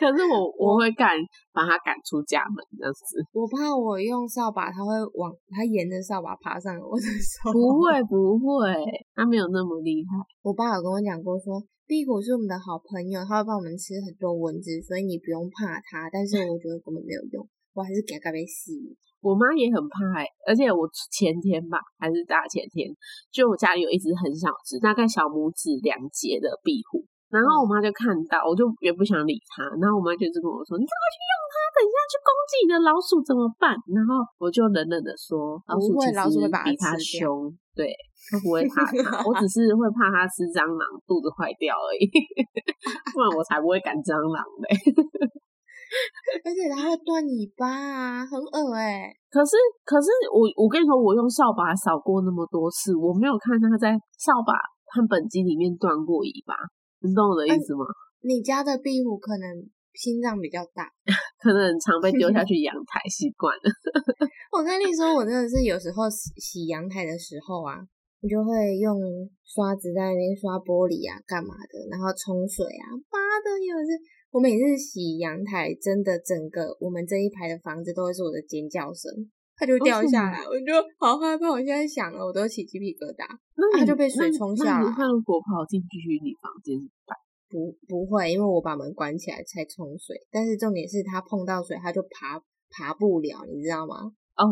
Speaker 1: 可是我我
Speaker 2: 嗯我
Speaker 1: 会敢把它赶出家门这样子。
Speaker 2: 我怕我用扫把，它会往它沿着扫把爬上我的手。
Speaker 1: 不，会不会，它没有那么厉害。
Speaker 2: 我爸有跟我讲过说，壁虎是我们的好朋友，它会帮我们吃很多蚊子，所以你不用怕它。但是我觉得根本没有用，我还是给它被吸引。
Speaker 1: 我妈也很怕、欸，而且我前天吧，还是大前天，就我家里有一只很小只，大概小拇指两节的壁虎，然后我
Speaker 2: 嗯
Speaker 1: 妈就看到，我就也不想理它，然后我妈就一直跟我说：“你赶快去用它，等一下去攻击你的老鼠怎么办？”然后我就冷冷的说：“老鼠其
Speaker 2: 不会
Speaker 1: 实
Speaker 2: 老鼠会把它
Speaker 1: 比它
Speaker 2: 吃掉
Speaker 1: 凶，对，它不会怕 它，我只是会怕它吃蟑螂，肚子坏掉而已， 不然我才不会赶蟑螂嘞。”
Speaker 2: 而且它会断尾巴啊，很恶哎、
Speaker 1: 可是，可是我我跟你说，我用扫把扫过那么多次，我没有看他在扫把和本机里面断过尾巴，你懂我的
Speaker 2: 哎
Speaker 1: 意思吗？
Speaker 2: 你家的壁虎可能心脏比较大。
Speaker 1: 可能很常被丢下去阳台，习惯 了。
Speaker 2: 我跟你说，我真的是有时候洗洗阳台的时候啊，我就会用刷子在那边刷玻璃啊，干嘛的，然后冲水啊，妈的，有是我每次洗阳台，真的整个我们这一排的房子都会是我的尖叫声，它就会
Speaker 1: 哦
Speaker 2: 掉
Speaker 1: 是
Speaker 2: 下
Speaker 1: 吗
Speaker 2: 来，我就好害怕。我现在想了，我都起鸡皮疙瘩。
Speaker 1: 那你
Speaker 2: 啊就被水
Speaker 1: 那
Speaker 2: 冲
Speaker 1: 那
Speaker 2: 下
Speaker 1: 你
Speaker 2: 来
Speaker 1: 那如果跑进去你房 间怎么办？
Speaker 2: 不不会，因为我把门关起来才冲水，但是重点是它碰到水，它就爬爬不了，你知道吗？
Speaker 1: 哦，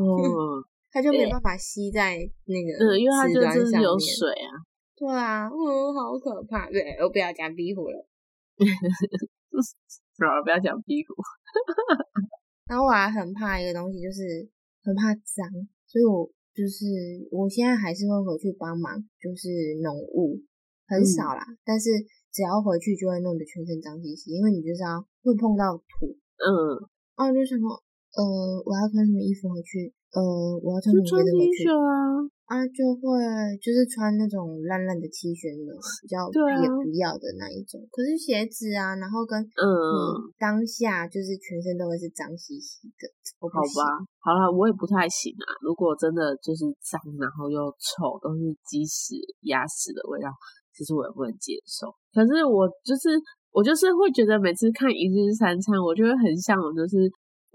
Speaker 2: 它就没
Speaker 1: 对
Speaker 2: 办法吸在那个
Speaker 1: 嗯，因为它
Speaker 2: 瓷
Speaker 1: 就
Speaker 2: 砖
Speaker 1: 真
Speaker 2: 上
Speaker 1: 是有
Speaker 2: 面。
Speaker 1: 水啊。
Speaker 2: 对啊，嗯，好可怕。对，我不要讲壁虎了。
Speaker 1: 好了，不要讲屁股。
Speaker 2: 然后我还很怕一个东西，就是很怕脏，所以我就是我现在还是会回去帮忙，就是农务很
Speaker 1: 嗯
Speaker 2: 少啦，但是只要回去就会弄得全身脏兮兮，因为你就知道会碰到土。
Speaker 1: 嗯，
Speaker 2: 然后我就想说，呃，我要穿什么衣服回去？呃，我要穿
Speaker 1: 就
Speaker 2: 什么
Speaker 1: 穿
Speaker 2: 鞋
Speaker 1: T
Speaker 2: 子回去
Speaker 1: 恤？啊。
Speaker 2: 啊，就会就是穿那种烂烂的 T 恤那种比较
Speaker 1: 对啊
Speaker 2: 也不要的那一种。可是鞋子啊，然 后跟
Speaker 1: 嗯，
Speaker 2: 你当下就是全身都会是脏兮兮的，我
Speaker 1: 好
Speaker 2: 不行。
Speaker 1: 吧，好啦，我也不太行啊。如果真的就是脏，然后又臭，都是鸡屎、鸭屎的味道，其实我也不能接受。可是我就是我就是会觉得每次看《一日三餐》，我就会很向往，就是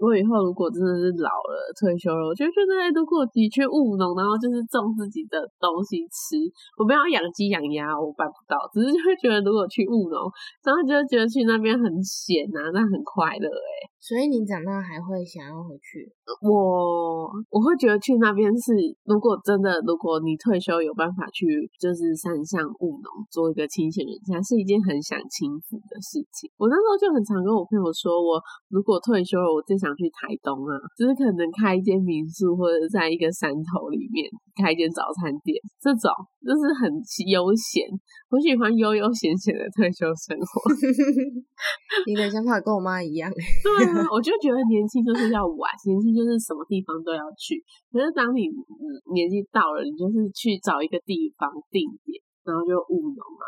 Speaker 1: 我以后如果真的是老了、退休了，我就觉得哎如果的确务农，然后就是种自己的东西吃，我不要养鸡养鸭，我办不到。只是就会觉得如果去务农，然后就会觉得去那边很闲啊，但很快乐欸
Speaker 2: 所以你长大还会想要回去？
Speaker 1: 我我会觉得去那边是，如果真的，如果你退休有办法去，就是山上务农，做一个清闲人家，是一件很想亲抚的事情。我那时候就很常跟我朋友说，我如果退休了，我最想去台东啊，就是可能开一间民宿，或者在一个山头里面开一间早餐店，这种就是很悠闲。我喜欢悠悠闲闲的退休生活。
Speaker 2: 你的想法跟我妈一样。欸
Speaker 1: 对啊，我就觉得年轻就是要玩，年轻就是什么地方都要去。可是当你嗯年纪到了，你就是去找一个地方定点，然后就务农啊，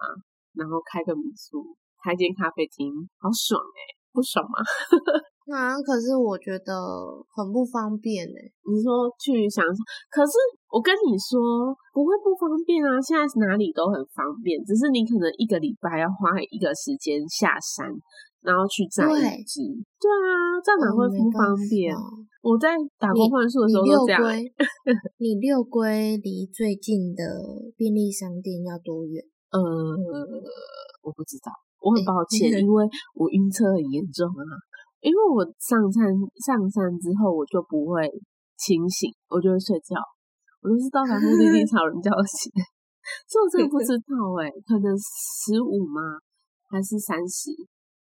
Speaker 1: 然后开个民宿，开间咖啡厅，好爽哎、不爽吗？
Speaker 2: 啊，可是我觉得很不方便欸呢、
Speaker 1: 你说去想，可是我跟你说不会不方便啊，现在哪里都很方便，只是你可能一个礼拜要花一个时间下山，然后去摘
Speaker 2: 对
Speaker 1: 一枝。对啊，这样哪
Speaker 2: 我
Speaker 1: 会
Speaker 2: 没
Speaker 1: 不
Speaker 2: 办
Speaker 1: 方便？啊
Speaker 2: 法
Speaker 1: 我在打工换宿的时候
Speaker 2: 你
Speaker 1: 都
Speaker 2: 六
Speaker 1: 这样欸、
Speaker 2: 龟，你六龟离最近的便利商店要多远？
Speaker 1: 呃，我不知道，我很
Speaker 2: 诶
Speaker 1: 抱歉，因为我晕车很严重啊。因为我上山上山之后，我就不会清醒，我就会睡觉，我都是到达目 的地吵人叫醒。所以我真的 不知道哎、可能十五吗？还是三十？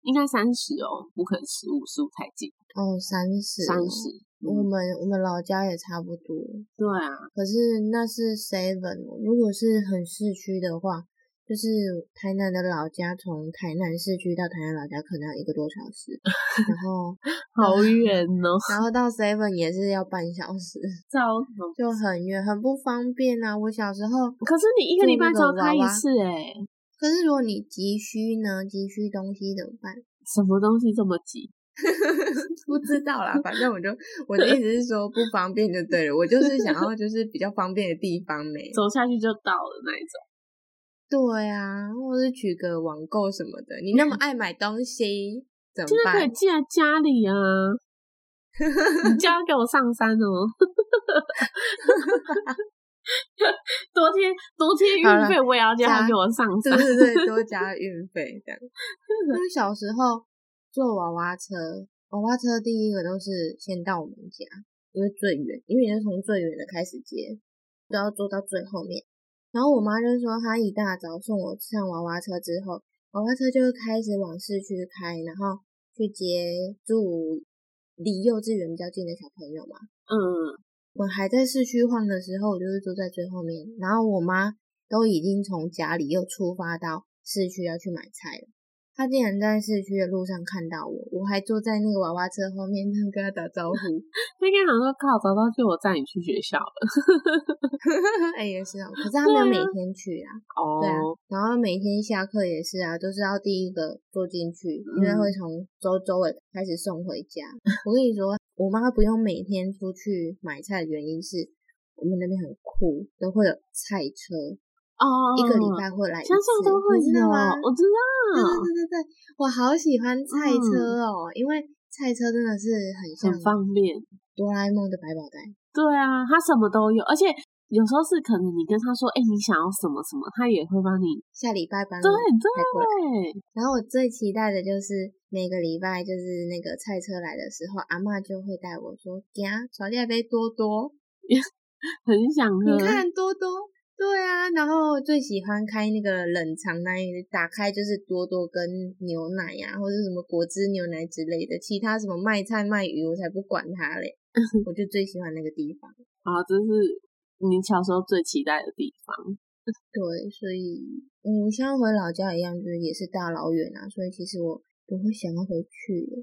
Speaker 1: 应该三十哦，不可能十五，十五太近，
Speaker 2: 哦，三十，
Speaker 1: 三十。
Speaker 2: 我
Speaker 1: 嗯，
Speaker 2: 们我们老家也差不多，
Speaker 1: 对啊，
Speaker 2: 哦可是那是 seven，如果是很市区的话，就是台南的老家，从台南市区到台南老家可能要一个多小时，然后
Speaker 1: 好远哦，
Speaker 2: 然后到 seven 也是要半小时，
Speaker 1: 超
Speaker 2: 就很远，很不方便啊。我小时候，
Speaker 1: 可是你一个礼拜只要开一次哎、
Speaker 2: 可是如果你急需呢，急需东西怎么办？
Speaker 1: 什么东西这么急？
Speaker 2: 不知道啦，反正我就我的意思是说不方便就对了，我就是想要就是比较方便的地方没。
Speaker 1: 走下去就到了那一种。
Speaker 2: 对啊，或是取个网购什么的。你那么爱买东西，怎么
Speaker 1: 现嗯在可以
Speaker 2: 办？
Speaker 1: 寄来家里啊！你就要给我上山哦。 多贴多贴
Speaker 2: 好了
Speaker 1: 运费，我也要叫他
Speaker 2: 加
Speaker 1: 给我上山。
Speaker 2: 对对 对，多加运费这样。因为小时候坐娃娃车，娃娃车第一个都是先到我们家，因为最远，因为你是从最远的开始接，都要坐到最后面。然后我妈就说，她一大早送我上娃娃车之后，娃娃车就会开始往市区开，然后去接住离幼稚园比较近的小朋友嘛。
Speaker 1: 嗯，
Speaker 2: 我还在市区晃的时候，我就是坐在最后面，然后我妈都已经从家里又出发到市区要去买菜了。她竟然在市区的路上看到我，我还坐在那个娃娃车后面，这样跟她打招呼。
Speaker 1: 那天想说靠，早上就我载你去学校了。
Speaker 2: 哎、也是哦，可是她没有
Speaker 1: 对
Speaker 2: 每
Speaker 1: 啊
Speaker 2: 天去啊，
Speaker 1: 哦
Speaker 2: 对啊，然后每天下课也是啊，都是要第一个坐进去，因为
Speaker 1: 嗯
Speaker 2: 会从周周尾开始送回家。我跟你说，我妈不用每天出去买菜的原因是，我们那边很酷，都会有菜车，
Speaker 1: 哦，
Speaker 2: 一个礼拜会来一
Speaker 1: 想
Speaker 2: 次，
Speaker 1: 想都会
Speaker 2: 你知
Speaker 1: 有嗯
Speaker 2: 道吗？嗯
Speaker 1: 我知
Speaker 2: 对
Speaker 1: 道，
Speaker 2: 对对对对，我好喜欢菜车哦，因为菜车真的是很像
Speaker 1: 嗯很方便。
Speaker 2: 哆啦 A 梦的百宝袋。
Speaker 1: 对啊，他什么都有，而且有时候是可能你跟他说，哎、你想要什么什么，他也会帮你。
Speaker 2: 下礼拜帮你
Speaker 1: 对啊
Speaker 2: 开过来。
Speaker 1: 对，
Speaker 2: 然后我最期待的就是每个礼拜就是那个菜车来的时候，阿嬷就会带我说：“呀，炒下杯多多，
Speaker 1: 很想喝。
Speaker 2: 你看多多。”对啊，然后最喜欢开那个冷藏那一打开就是多多跟牛奶呀、或者什么果汁、牛奶之类的，其他什么卖菜卖鱼我才不管它嘞，我就最喜欢那个地方。
Speaker 1: 啊，这是你小时候最期待的地方。
Speaker 2: 对，所以嗯，像回老家一样，就是也是大老远啊，所以其实我不会想要回去了。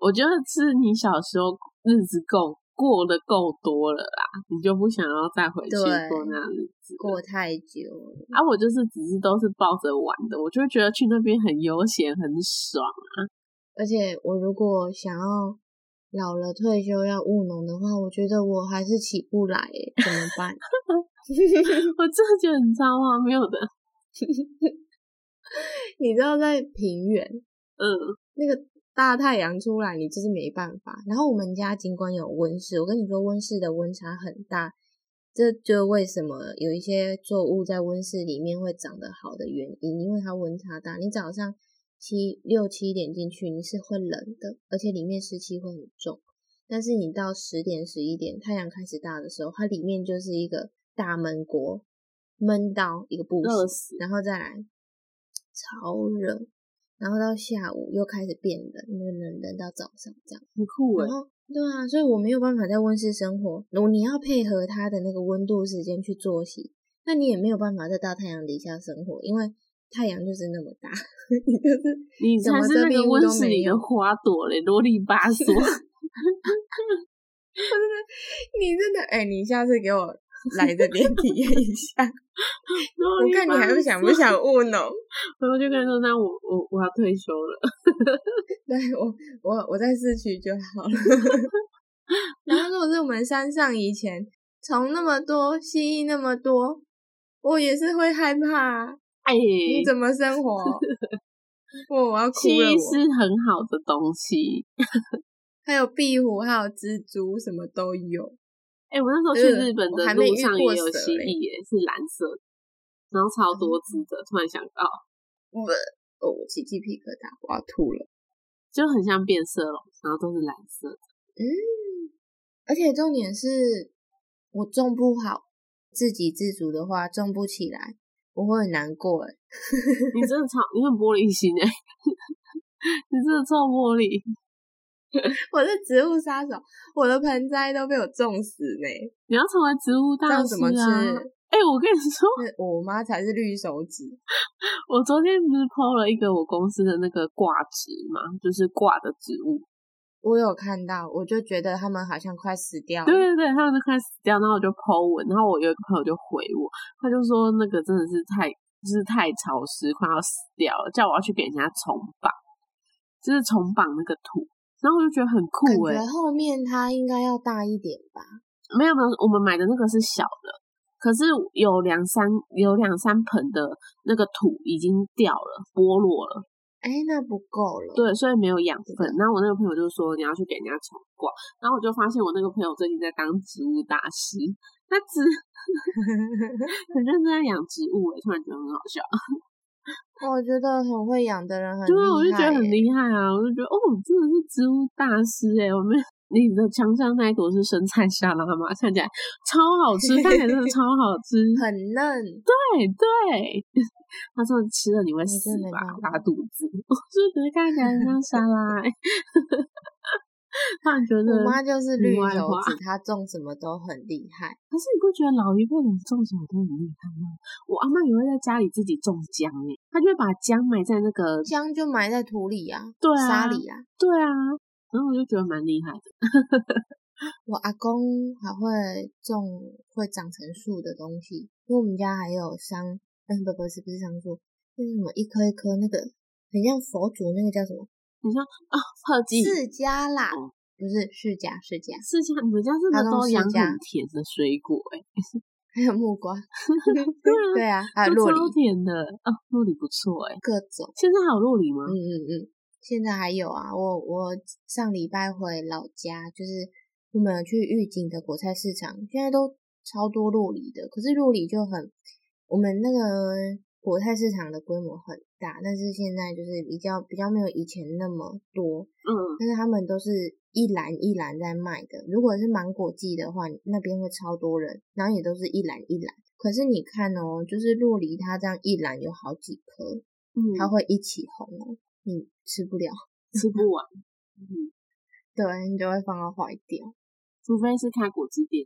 Speaker 1: 我觉得是你小时候日子够过得够多了啦，你就不想要再回去
Speaker 2: 对
Speaker 1: 过那样日子了。
Speaker 2: 过太久了。
Speaker 1: 啊，我就是只是都是抱着玩的，我就会觉得去那边很悠闲，很爽。
Speaker 2: 而且我如果想要老了退休要务农的话，我觉得我还是起不来耶，怎么办？
Speaker 1: 我真的觉得很超荒谬的。
Speaker 2: 你知道在平原
Speaker 1: 嗯，
Speaker 2: 那个大太阳出来，你就是没办法。然后我们家尽管有温室，我跟你说温室的温差很大，这就为什么有一些作物在温室里面会长得好的原因，因为它温差大。你早上七六七点进去，你是会冷的，而且里面湿气会很重。但是你到十点十一点太阳开始大的时候，它里面就是一个大闷锅，闷到一个不
Speaker 1: 热
Speaker 2: 行。
Speaker 1: 死。
Speaker 2: 然后再来超热，然后到下午又开始变冷，冷冷冷到早上这样。
Speaker 1: 很酷欸诶
Speaker 2: 然，后对啊，所以我没有办法在温室生活，如你要配合它的那个温度时间去作息，那你也没有办法在大太阳底下生活，因为太阳就是那么大， 你就是
Speaker 1: 你
Speaker 2: 怎
Speaker 1: 才
Speaker 2: 么
Speaker 1: 是
Speaker 2: 遮
Speaker 1: 那
Speaker 2: 蔽
Speaker 1: 个
Speaker 2: 物
Speaker 1: 温
Speaker 2: 都
Speaker 1: 室
Speaker 2: 没
Speaker 1: 里的
Speaker 2: 有
Speaker 1: 花朵嘞，啰里吧 嗦。
Speaker 2: 你真的哎、你下次给我来这边体验一下，
Speaker 1: 啰
Speaker 2: 我
Speaker 1: 里
Speaker 2: 哦看你
Speaker 1: 吧
Speaker 2: 还会想不
Speaker 1: 嗦？
Speaker 2: 想务农。
Speaker 1: 然后就跟他说，那我我我要退休了。
Speaker 2: 对我，我我在市区就好了。 然后，如果是我们山上以前虫那么多，蜥蜴那么多，我也是会害怕、啊。
Speaker 1: 哎，
Speaker 2: 你怎么生活？我我要哭
Speaker 1: 蜥
Speaker 2: 了
Speaker 1: 蜴
Speaker 2: 我。
Speaker 1: 是很好的东西。
Speaker 2: 还有壁虎，还有蜘蛛，什么都有。
Speaker 1: 哎、我那时候去
Speaker 2: 呃
Speaker 1: 日本
Speaker 2: 我
Speaker 1: 的
Speaker 2: 还没
Speaker 1: 路
Speaker 2: 遇
Speaker 1: 上
Speaker 2: 过
Speaker 1: 也有
Speaker 2: 蛇
Speaker 1: 蜥
Speaker 2: 嘞嗯
Speaker 1: 蜴、耶，是蓝色的，然后超多只的。突然想到，
Speaker 2: 我哦，我起鸡皮疙瘩，我要吐了。
Speaker 1: 就很像变色龙，然后都是蓝色的。
Speaker 2: 嗯，而且重点是我种不好，自给自足的话种不起来，我会很难过哎。
Speaker 1: 你真 的超，你很玻璃心哎、 你真的超玻璃。
Speaker 2: 我是植物杀手，我的盆栽都被我种死呢、
Speaker 1: 你要成为植物
Speaker 2: 这
Speaker 1: 大
Speaker 2: 样
Speaker 1: 师
Speaker 2: 怎么吃？
Speaker 1: 啊！哎、哎、我跟你说，
Speaker 2: 是我妈才是绿手指，
Speaker 1: 我昨天不是 PO 了一个我公司的那个挂植嘛，就是挂的植物。
Speaker 2: 我有看到，我就觉得他们好像快死掉了。
Speaker 1: 对对对，他们就开始死掉，然后我就 PO 文，然后我有一个朋友就回我，他就说那个真的是太就是太潮湿，快要死掉了，叫我要去给人家重绑，就是重绑那个土。然后我就觉得很酷欸诶、
Speaker 2: 感觉后面它应该要大一点吧。
Speaker 1: 没有没有，我们买的那个是小的，可是有两三有两三盆的那个土已经掉了，剥落了。
Speaker 2: 哎，那不够了。，
Speaker 1: 对，所以没有养
Speaker 2: 是
Speaker 1: 分
Speaker 2: 的。
Speaker 1: 然后我那个朋友就说你要去给人家重挂，然后我就发现我那个朋友最近在当植物大师，他 植很认真在养植物欸诶，突然觉得很好笑。
Speaker 2: 我觉得很会养的人很
Speaker 1: 对啊，我就
Speaker 2: 厉
Speaker 1: 觉
Speaker 2: 害耶。欸
Speaker 1: 得很厉害啊，我就觉得哦，你真的是植物大师欸诶，我们。你的墙上那一朵是生菜沙拉吗？ 看起来超好 吃，看起来真的超好吃。
Speaker 2: 欸很嫩，
Speaker 1: 对对， 他说吃了你会死
Speaker 2: 哎真的没
Speaker 1: 吧
Speaker 2: 办，
Speaker 1: 拉
Speaker 2: 法
Speaker 1: 肚子。 我就觉得看起来很像沙拉、欸， 突然觉得
Speaker 2: 我妈就是
Speaker 1: 女
Speaker 2: 绿
Speaker 1: 外
Speaker 2: 手
Speaker 1: 化
Speaker 2: 指，她种什么都很厉害。
Speaker 1: 可是你不觉得老一辈的人种什么都很厉害吗？我阿妈也会在家里自己种姜诶、她就会把姜埋在那个
Speaker 2: 姜就埋在土里啊，
Speaker 1: 对啊
Speaker 2: 沙里啊。
Speaker 1: 对啊，然后我就觉得蛮厉害的。
Speaker 2: 我阿公还会种会长成树的东西，因为我们家还有桑，嗯，不不是不是桑树，就是什么一棵一棵那个，很像佛祖那个叫什么
Speaker 1: 你像啊，特技
Speaker 2: 释迦啦，
Speaker 1: 哦
Speaker 2: 不是释迦释迦，
Speaker 1: 世家，你们家真
Speaker 2: 她
Speaker 1: 的
Speaker 2: 种
Speaker 1: 都
Speaker 2: 释
Speaker 1: 养
Speaker 2: 迦
Speaker 1: 很甜的水果欸诶、
Speaker 2: 还有木瓜，
Speaker 1: 对
Speaker 2: 对
Speaker 1: 啊，
Speaker 2: 啊，还有
Speaker 1: 都
Speaker 2: 洛
Speaker 1: 超
Speaker 2: 梨，
Speaker 1: 甜的啊，洛梨不错诶、
Speaker 2: 各种，
Speaker 1: 现在还有洛梨吗？
Speaker 2: 嗯嗯嗯，现在还有啊，我我上礼拜回老家，就是我们有去预警的果菜市场，现在都超多洛梨的，可是洛梨就很，我们那个果菜市场的规模很大，但是现在就是比较比较没有以前那么多，
Speaker 1: 嗯，
Speaker 2: 但是他们都是一篮一篮在卖的。如果是芒果季的话，那边会超多人，然后也都是一篮一篮。可是你看哦，就是洛梨它这样一篮有好几颗，
Speaker 1: 嗯
Speaker 2: 它会一起红哦，你吃不了，
Speaker 1: 吃不完，嗯，
Speaker 2: 对你就会放到坏掉。
Speaker 1: 除非是开果汁店，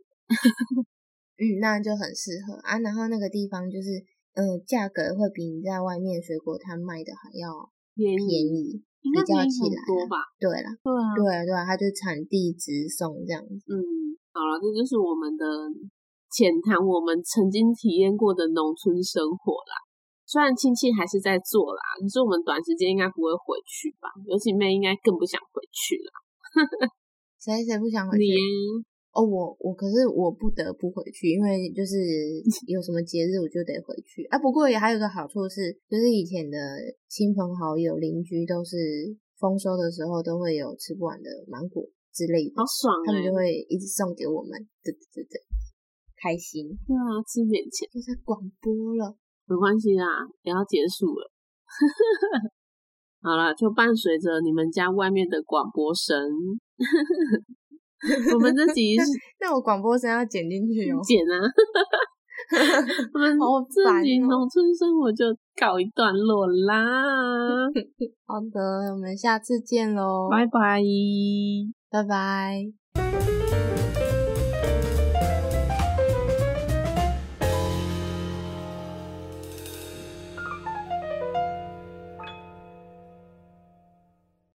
Speaker 2: 嗯，那就很适合啊。然后那个地方就是，呃，价格会比你在外面水果摊卖的还要
Speaker 1: 便
Speaker 2: 便
Speaker 1: 宜，
Speaker 2: 宜。
Speaker 1: 应该
Speaker 2: 比较
Speaker 1: 便宜
Speaker 2: 起来
Speaker 1: 很多
Speaker 2: 啊
Speaker 1: 吧？
Speaker 2: 对啦，
Speaker 1: 对啊，
Speaker 2: 对啊对啊，它就产地直送这样子。
Speaker 1: 嗯，好了，这就是我们的浅谈，我们曾经体验过的农村生活啦。虽然亲戚还是在做啦，可是我们短时间应该不会回去吧？尤其妹应该更不想回去了。
Speaker 2: 谁谁不想回去？
Speaker 1: 你
Speaker 2: 哦，我我可是我不得不回去，因为就是 有什么节日我就得回去啊。不过也还有个好处是，就是以前的亲朋好友、邻居都是丰收的时候都会有吃不完的芒果之类的
Speaker 1: 好，爽
Speaker 2: 他
Speaker 1: 哎、
Speaker 2: 们就会一直送给我们，对对对对，开心。
Speaker 1: 对啊，吃点钱
Speaker 2: 又在广播了，
Speaker 1: 没关系啦，也要结束了。 好了，就伴随着你们家外面的广播声， 我们这集是
Speaker 2: 那我广播声要剪进去哦。
Speaker 1: 剪啊。 我们
Speaker 2: 好
Speaker 1: 自
Speaker 2: 烦
Speaker 1: 己
Speaker 2: 哦
Speaker 1: 农村生活就告一段落啦，
Speaker 2: 好的，我们下次见喽，
Speaker 1: 拜拜。
Speaker 2: 拜拜。